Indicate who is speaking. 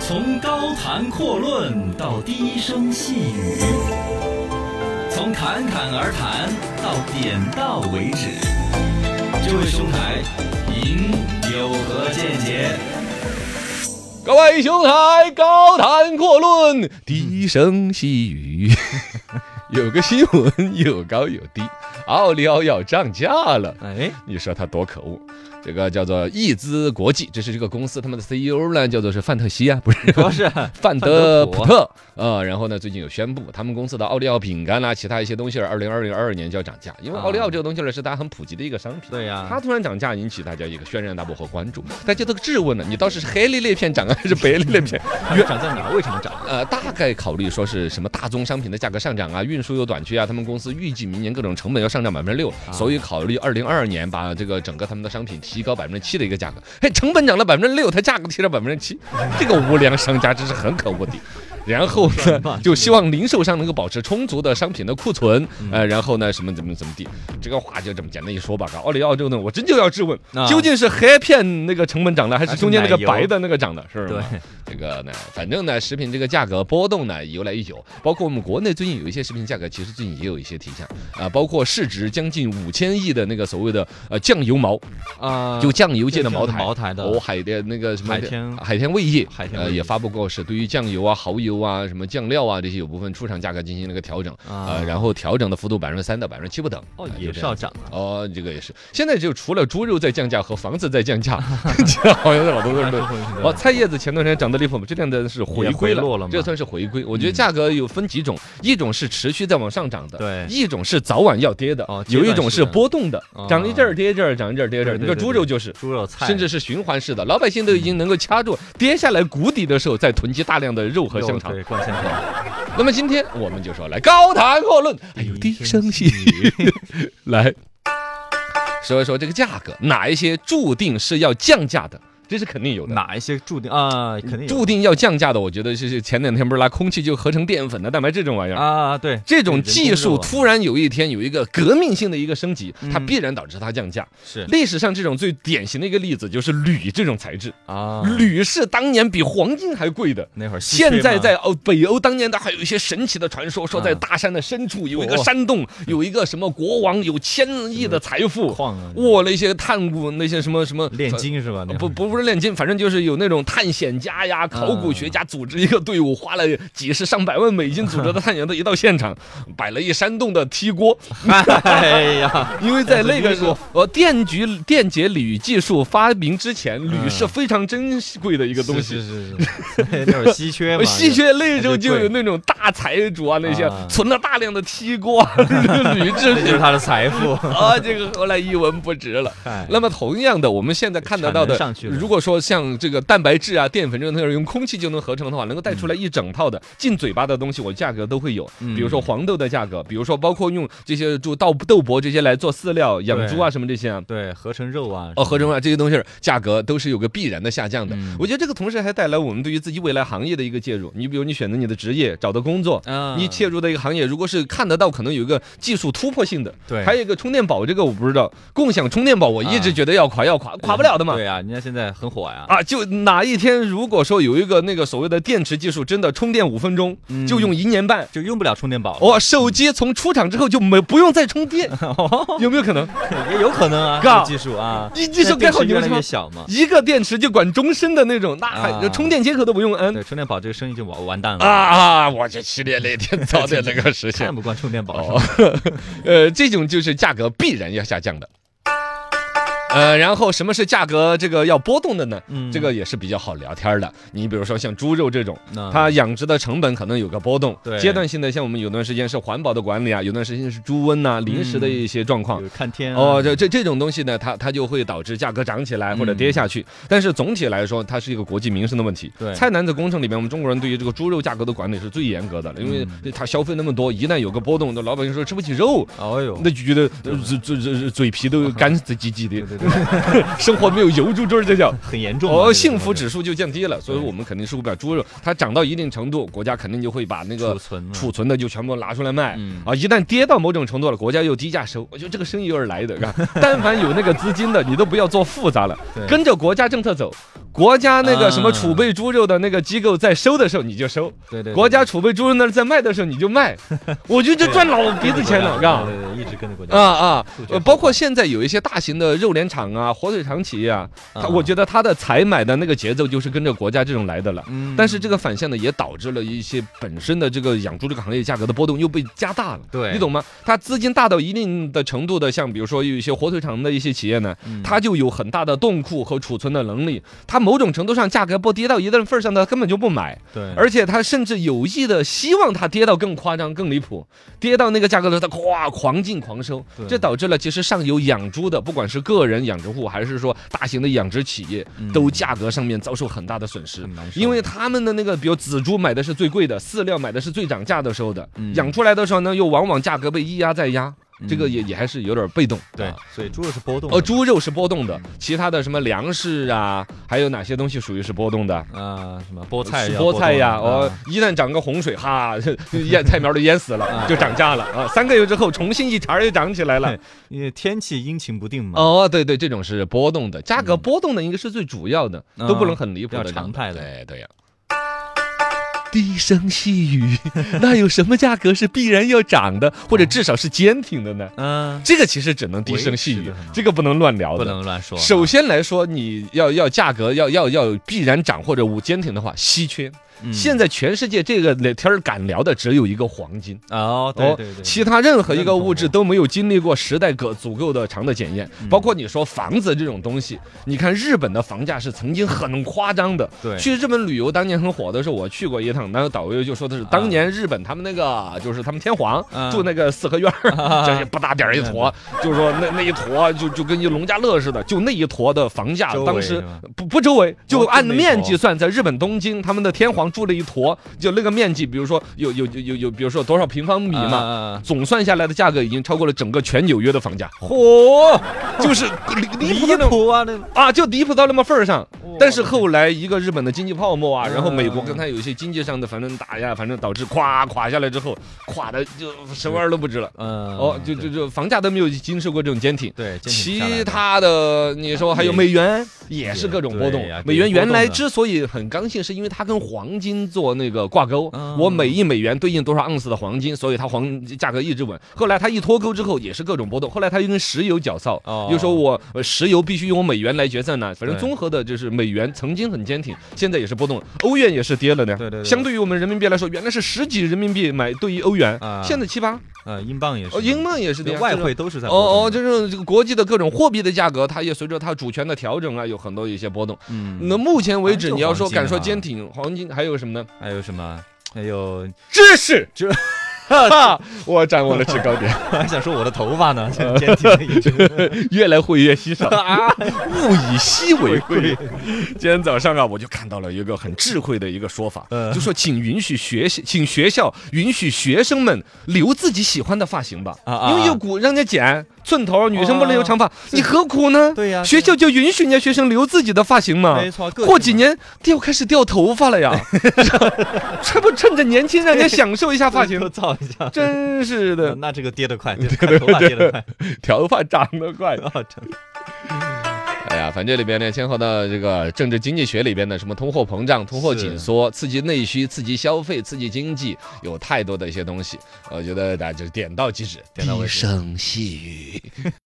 Speaker 1: 从高谈阔论到低声细语，从侃侃而谈到点到为止。这位兄台，您有何见解？
Speaker 2: 各位兄台，高谈阔论，低声细语。有个新闻有高有低，奥利奥要涨价了。
Speaker 1: 哎，
Speaker 2: 你说他多可恶！这个叫做易资国际，这是这个公司，他们的 CEO 呢叫做是范特西啊，不是
Speaker 1: 不是，
Speaker 2: 范德普特呃，然后呢，最近有宣布，他们公司的奥利奥饼干啦、啊其他一些东西，二零二零二二年就要涨价，因为奥利奥这个东西呢是大家很普及的一个商品。
Speaker 1: 对呀
Speaker 2: 它突然涨价，引起大家一个轩然大波和关注。大家都质问了，你到底是黑利那片涨啊，还是白利那片？
Speaker 1: 涨在哪儿？为什么涨？
Speaker 2: 呃，大概考虑说是什么大宗商品的价格上涨啊，运输又短缺啊，他们公司预计明年各种成本要上涨百分之六，
Speaker 1: 啊
Speaker 2: 所以考虑二零二二年把这个整个他们的商品提高百分之七的一个价格。嘿，成本涨了百分之六，它价格提了百分之七，这个无良商家真是很可恶的。然后呢，就希望零售商能够保持充足的商品的库存，
Speaker 1: 嗯
Speaker 2: 呃，然后呢，什么怎么怎么地，这个话就这么简单一说吧。搞奥利奥这种，我真就要质问
Speaker 1: 啊，
Speaker 2: 究竟是黑片那个成本涨了，还是
Speaker 1: 还是
Speaker 2: 中间那个
Speaker 1: 奶油
Speaker 2: 白的那个涨的，是吧？
Speaker 1: 对，
Speaker 2: 这个呢，反正呢，食品这个价格波动呢由来已久，包括我们国内最近有一些食品价格，其实最近也有一些提降啊、包括市值将近五千亿的那个所谓的呃酱油毛，
Speaker 1: 啊
Speaker 2: 就酱油界的
Speaker 1: 酱
Speaker 2: 茅
Speaker 1: 油
Speaker 2: 台，
Speaker 1: 茅台的
Speaker 2: 哦海的那个什么
Speaker 1: 海天
Speaker 2: 海天味业，
Speaker 1: 海天
Speaker 2: 呃
Speaker 1: 味业
Speaker 2: 也发布过是对于酱油啊、蚝油啊、什么酱料啊这些有部分出厂价格进行了个调整，
Speaker 1: 啊
Speaker 2: 呃，然后调整的幅度百分之三到百分之七不等，
Speaker 1: 哦
Speaker 2: 呃，就
Speaker 1: 也
Speaker 2: 这
Speaker 1: 是
Speaker 2: 样
Speaker 1: 要涨啊。
Speaker 2: 哦，这个也是。现在就除了猪肉在降价和房子在降 价，这样好像是老多人都。哦，菜叶子前段时间涨得离谱，我们这两的是回
Speaker 1: 也
Speaker 2: 归
Speaker 1: 回
Speaker 2: 了，
Speaker 1: 落了嘛嗯
Speaker 2: 这算是回归。我觉得价格有分几种，一种是持续在往上涨的，
Speaker 1: 对
Speaker 2: 一种是早晚要跌的，
Speaker 1: 哦阶
Speaker 2: 有
Speaker 1: 段
Speaker 2: 一种
Speaker 1: 式
Speaker 2: 是
Speaker 1: 的
Speaker 2: 波动的，
Speaker 1: 哦
Speaker 2: 涨一阵儿跌一阵儿，涨一阵儿跌一阵儿。
Speaker 1: 对对
Speaker 2: 你说
Speaker 1: 对
Speaker 2: 猪
Speaker 1: 对
Speaker 2: 肉就是。
Speaker 1: 猪肉菜，
Speaker 2: 甚至是循环式的，老百姓都已经能够掐
Speaker 1: 嗯
Speaker 2: 住跌下来谷底的时候，再囤积大量的肉和
Speaker 1: 肉
Speaker 2: 香肠。
Speaker 1: 对，灌香肠，
Speaker 2: 那么今天我们就说来高谈阔论，哎呦，低声细语，来说一说这个价格，哪一些注定是要降价的，这是肯定有的。
Speaker 1: 哪一些注定啊？肯定有
Speaker 2: 注定要降价的，我觉得就是前两天不是拿空气就合成淀粉的蛋白质这种玩意儿。
Speaker 1: 啊，对，
Speaker 2: 这种技术
Speaker 1: 人工肉啊
Speaker 2: 突然有一天有一个革命性的一个升级，它
Speaker 1: 嗯
Speaker 2: 必然导致它降价。
Speaker 1: 是
Speaker 2: 历史上这种最典型的一个例子就是铝这种材质，
Speaker 1: 啊，
Speaker 2: 铝是当年比黄金还贵的。
Speaker 1: 那会儿稀缺
Speaker 2: 现在
Speaker 1: 嘛
Speaker 2: 在欧北欧当年的还有一些神奇的传说，说在
Speaker 1: 嗯
Speaker 2: 大山的深处有一个
Speaker 1: 哦
Speaker 2: 山洞，有一个什么国王有千亿的财富，
Speaker 1: 矿啊，
Speaker 2: 哇，那些探古那些什么什么
Speaker 1: 炼。金是吧？那会
Speaker 2: 不
Speaker 1: 儿
Speaker 2: 不不是炼金，反正就是有那种探险家
Speaker 1: 啊
Speaker 2: 呀、考古学家组织一个队伍，花了几十上百万美金组织的探险队，一到现 场，摆了一山洞的踢锅，
Speaker 1: 哎 呀，
Speaker 2: 因为在那个时候，呃，电局电解铝技术发明之前，铝是非常珍贵的一个东
Speaker 1: 嗯
Speaker 2: 西呃
Speaker 1: 是，是是 是，那会儿稀缺嘛，
Speaker 2: 稀缺那时候
Speaker 1: 那就
Speaker 2: 就有
Speaker 1: 贵
Speaker 2: 那种大财主啊，那些
Speaker 1: 啊
Speaker 2: 存了大量的梯锅、啊铝
Speaker 1: 这就
Speaker 2: 制品
Speaker 1: 是他的财富。
Speaker 2: 啊，这个后来一文不值了。
Speaker 1: 哎
Speaker 2: 那么同样的，我们现在看得到的
Speaker 1: 产能上，去了
Speaker 2: 如果说像这个蛋白质啊、淀粉这种东西用空气就能合成的话，能够带出来一整套的进嘴巴的东西，我价格都会有。
Speaker 1: 嗯
Speaker 2: 比如说黄豆的价格，比如说包括用这些猪豆豆粕这些来做饲料、养猪啊什么这些啊。
Speaker 1: 对，合成肉啊，
Speaker 2: 哦，合成啊，这些东西儿价格都是有个必然的下降的。
Speaker 1: 嗯
Speaker 2: 我觉得这个同时还带来我们对于自己未来行业的一个介入。你比如你选择你的职业，找的工作。
Speaker 1: 啊，
Speaker 2: 你切入的一个行业，如果是看得到，可能有一个技术突破性的，
Speaker 1: 对
Speaker 2: 还有一个充电宝，这个我不知道，共享充电宝，我一直
Speaker 1: 啊
Speaker 2: 觉得要垮，要垮，垮不了的嘛。
Speaker 1: 对啊，人家现在很火呀，
Speaker 2: 啊，就哪一天如果说有一个那个所谓的电池技术，真的充电五分钟，
Speaker 1: 嗯
Speaker 2: 就用一年半，
Speaker 1: 就用不了充电宝
Speaker 2: 哇、手机从出厂之后就没不用再 充电，有没有可能？
Speaker 1: 了，也有可能 啊，这
Speaker 2: 嘎
Speaker 1: 个技术啊，
Speaker 2: 你技术
Speaker 1: 现在
Speaker 2: 该好
Speaker 1: 电池
Speaker 2: 你
Speaker 1: 越来
Speaker 2: 们是吗
Speaker 1: 越？小嘛，
Speaker 2: 一个电池就管终身的那种，那还、
Speaker 1: 啊
Speaker 2: 充电接口都不用安
Speaker 1: 对，充电宝这个生意就完完蛋了
Speaker 2: 啊！啊！我这系列那 天早点能够实现
Speaker 1: 看。不惯充电宝是
Speaker 2: 哦
Speaker 1: 吧？，
Speaker 2: 呃，这种就是价格必然要下降的。呃，然后什么是价格这个要波动的呢？
Speaker 1: 嗯
Speaker 2: 这个也是比较好聊天儿的。你比如说像猪肉这种，
Speaker 1: 那
Speaker 2: 它养殖的成本可能有个波动，
Speaker 1: 嗯对
Speaker 2: 阶段性的。像我们有段时间是环保的管理啊，有段时间是猪瘟呐、临时的
Speaker 1: 嗯
Speaker 2: 一些状况。
Speaker 1: 有看天啊
Speaker 2: 哦，这这这种东西呢，它它就会导致价格涨起来或者
Speaker 1: 嗯
Speaker 2: 跌下去。但是总体来说，它是一个国计民生的问题。
Speaker 1: 对
Speaker 2: 菜篮子工程里面，我们中国人对于这个猪肉价格的管理是最严格的了，因为
Speaker 1: 嗯
Speaker 2: 它消费那么多，一旦有个波动，那老百姓说吃不起肉。
Speaker 1: 哦哟，
Speaker 2: 那就觉得呃嘴嘴嘴嘴皮都干自唧唧
Speaker 1: 对
Speaker 2: 的，
Speaker 1: 对 对，
Speaker 2: 生活没有油猪汁儿，这叫。
Speaker 1: 很严重啊。
Speaker 2: 哦，幸
Speaker 1: 这个
Speaker 2: 福指数就降低了，所以
Speaker 1: 对
Speaker 2: 我们肯定受不了猪肉。它涨到一定程度，国家肯定就会把那个
Speaker 1: 储
Speaker 3: 嗯
Speaker 1: 存啊
Speaker 2: 储存的就全部拿出来卖
Speaker 1: 嗯。
Speaker 2: 啊，一旦跌到某种程度了，国家又低价收。我觉得这 个生意有点来的，是吧但凡有那个资金的，你都不要做复杂了
Speaker 1: 对，
Speaker 2: 跟着国家政策走。国家那个什么
Speaker 3: 啊
Speaker 2: 储备猪肉的那个机构在收的时候你就收，
Speaker 3: 对对，
Speaker 2: 国家储备猪肉那儿在卖的时候你 就卖，我觉得这赚老鼻子钱了，
Speaker 3: 我
Speaker 2: 嘎。
Speaker 3: 对对，对一直跟着国家
Speaker 2: 啊啊
Speaker 3: 杜，绝
Speaker 2: 呃
Speaker 3: 合
Speaker 2: 包
Speaker 3: 法
Speaker 2: 括现在有一些大型的肉联厂啊、火腿肠企业啊，它
Speaker 3: 啊
Speaker 2: 我觉得它的采买的那个节奏就是跟着国家这种来的了。
Speaker 3: 嗯
Speaker 2: 但是这个反向呢，也导致了一些本身的这个养猪这个行业价格的波动又被加大了。
Speaker 3: 对
Speaker 2: 你懂吗？它资金大到一定的程度的，像比如说有一些火腿肠的一些企业呢，
Speaker 3: 嗯
Speaker 2: 它就有很大的冻库和储存的能力。它某种程度上价格不跌到一定的份儿上，它根本就不买，
Speaker 3: 对，
Speaker 2: 而且它甚至有意的希望它跌到更夸张、更离谱，跌到那个价格的时候，它咵狂进狂收，
Speaker 3: 对
Speaker 2: 这导致了其实上游养猪的，不管是个人养殖户还是说大型的养殖企业，
Speaker 3: 嗯
Speaker 2: 都价格上面遭受很大的损失
Speaker 3: 很难。受
Speaker 2: 因为他们的那个，比如仔猪买的是最贵的，饲料买的是最涨价的时候的
Speaker 3: 嗯，
Speaker 2: 养出来的时候呢，又往往价格被一压再压，这个
Speaker 3: 嗯
Speaker 2: 也也还是有点被动。
Speaker 3: 对
Speaker 2: 啊。，
Speaker 3: 所以猪肉是波动的
Speaker 2: 哦，猪肉是波动的，其他的什么粮食啊，还有哪些东西属于是波动的？
Speaker 3: 啊什么菠菜
Speaker 2: 是
Speaker 3: 要
Speaker 2: 菠菜呀，
Speaker 3: 波动的
Speaker 2: 哦
Speaker 3: 啊，
Speaker 2: 一旦涨个洪水，哈， 淹菜苗都淹死了，
Speaker 3: 啊嗯
Speaker 2: 就涨价了啊。三个月之后，重新一茬儿又涨起来了
Speaker 3: 对。因为天气阴晴不定嘛，
Speaker 2: 哦，对对，这种是波动的，价格波动的应该是最主要的，
Speaker 3: 嗯
Speaker 2: 都不能很离谱
Speaker 3: 比较
Speaker 2: 的涨
Speaker 3: 常态的
Speaker 2: 对哎对呀、低声细语，那有什么价格是必然要涨的，或者至少是坚挺的呢？
Speaker 3: 嗯，
Speaker 2: 这个其实只能低声细
Speaker 3: 维持
Speaker 2: 语
Speaker 3: 得很好，
Speaker 2: 这个不能乱聊
Speaker 3: 不
Speaker 2: 的。
Speaker 3: 能乱说。
Speaker 2: 首先来说，你要要价格要要要必然涨或者五坚挺的话，稀缺。
Speaker 3: 嗯
Speaker 2: 现在全世界这个天儿敢聊的只有一个黄金。
Speaker 3: 哦，对对对，
Speaker 2: 其他任何一
Speaker 3: 认
Speaker 2: 个
Speaker 3: 同
Speaker 2: 物质
Speaker 3: 我
Speaker 2: 都没有经历过时代可足够的长的检验，
Speaker 3: 嗯
Speaker 2: 包括你说房子这种东西，你看日本的房价是曾经很夸张的。
Speaker 3: 对
Speaker 2: 去日本旅游当年很火的时候，我去过一趟，那个导游就说的是当年日本他们那个就是他们天皇
Speaker 3: 啊
Speaker 2: 住那个四合院儿， 这些不大点儿一坨，就是说那那一坨就就跟一农家乐似的，就那一坨的房价
Speaker 3: 周围
Speaker 2: 当
Speaker 3: 是
Speaker 2: 时
Speaker 3: 吧
Speaker 2: 不不周围，就
Speaker 3: 哦就
Speaker 2: 按
Speaker 3: 那一
Speaker 2: 面
Speaker 3: 坨
Speaker 2: 积算，在日本东京，他们的天皇住了一坨，就那个面积，比如说有有有有有，比如说多少平方米
Speaker 3: 啊
Speaker 2: 嘛。
Speaker 3: 啊啊
Speaker 2: 总算下来的价格已经超过了整个全纽约的房价，
Speaker 3: 嚯，
Speaker 2: 就是离离
Speaker 3: 离
Speaker 2: 谱到
Speaker 3: 谱啊！那
Speaker 2: 啊，就离谱到那么份儿上
Speaker 3: 哇。
Speaker 2: 但是后来一个日本的经济泡沫啊，
Speaker 3: 嗯
Speaker 2: 然后美国跟它有一些经济上的反正打压，反正导致垮垮下来之后，垮的就什么玩意儿都不值了。
Speaker 3: 嗯，
Speaker 2: 哦，就
Speaker 3: 对
Speaker 2: 就就房价都没有经受过这种坚挺。
Speaker 3: 对，坚挺下来
Speaker 2: 其
Speaker 3: 的
Speaker 2: 他的，你说还有
Speaker 3: 也
Speaker 2: 美元也是各种波动
Speaker 3: 对呀。
Speaker 2: 美
Speaker 3: 各
Speaker 2: 元
Speaker 3: 种
Speaker 2: 原
Speaker 3: 波动的
Speaker 2: 来之所以很刚性，是因为它跟黄金做那个挂钩
Speaker 3: 嗯，
Speaker 2: 我每一美元对应多少盎司的黄金，所以它黄价格一直稳。后来它一脱钩之后，也是各种波动。后来它又跟石油搅骚
Speaker 3: 哦，
Speaker 2: 又说我呃石油必须用美元来决算呢。反正
Speaker 3: 对
Speaker 2: 综合的就是美元曾经很坚挺，现在也是波动，欧元也是跌了呢。
Speaker 3: 对对对
Speaker 2: 相对于我们人民币来说，原来是十几人民币买对于欧元
Speaker 3: 啊，
Speaker 2: 现在七八，
Speaker 3: 呃，英镑也是
Speaker 2: 哦，
Speaker 3: 的，
Speaker 2: 英镑也是跌
Speaker 3: 对，外汇都是在
Speaker 2: 哦哦，
Speaker 3: 这
Speaker 2: 就是这个国际的各种货币的价格，它也随着它主权的调整啊，有很多一些波动。
Speaker 3: 嗯，
Speaker 2: 那目前为
Speaker 3: 反
Speaker 2: 止，
Speaker 3: 正就
Speaker 2: 你要说
Speaker 3: 黄金
Speaker 2: 敢说
Speaker 3: 啊
Speaker 2: 坚挺，黄金还有什么呢？
Speaker 3: 还有什么？还有，
Speaker 2: 知识，
Speaker 3: 知
Speaker 2: 哈，我掌握了制高点，
Speaker 3: 我还想说我的头发呢，这坚挺的一句
Speaker 2: 越来会越 稀少
Speaker 3: 啊，
Speaker 2: 物以稀为贵。今天早上啊，我就看到了一个很智慧的一个说法，
Speaker 3: 嗯
Speaker 2: 就说请允许学习，请学校允许学生们留自己喜欢的发型吧，
Speaker 3: 啊啊
Speaker 2: 因为有股让人家剪寸头，女生不能留长发，你
Speaker 3: 是
Speaker 2: 何苦呢？
Speaker 3: 对呀
Speaker 2: 哦学校就允许人家学生留自己的发型嘛。
Speaker 3: 没错，个
Speaker 2: 过
Speaker 3: 性
Speaker 2: 几
Speaker 3: 嘛
Speaker 2: 年掉开始掉头发 了呀，这不趁着年轻让人家享受一下发
Speaker 3: 都
Speaker 2: 型，
Speaker 3: 造一下，
Speaker 2: 真是
Speaker 3: 那
Speaker 2: 的，
Speaker 3: 那这个跌得 快，这个头发跌得快，
Speaker 2: 头发长得 快。
Speaker 3: 啊，真的
Speaker 2: 哎呀，反正里边呢，先后到这个政治经济学里边的什么通货膨胀、通货紧缩、刺激内需、刺激消费、刺激经济，有太多的一些东西。我觉得大家就点到即止，
Speaker 3: 点到为止
Speaker 2: 低声细语。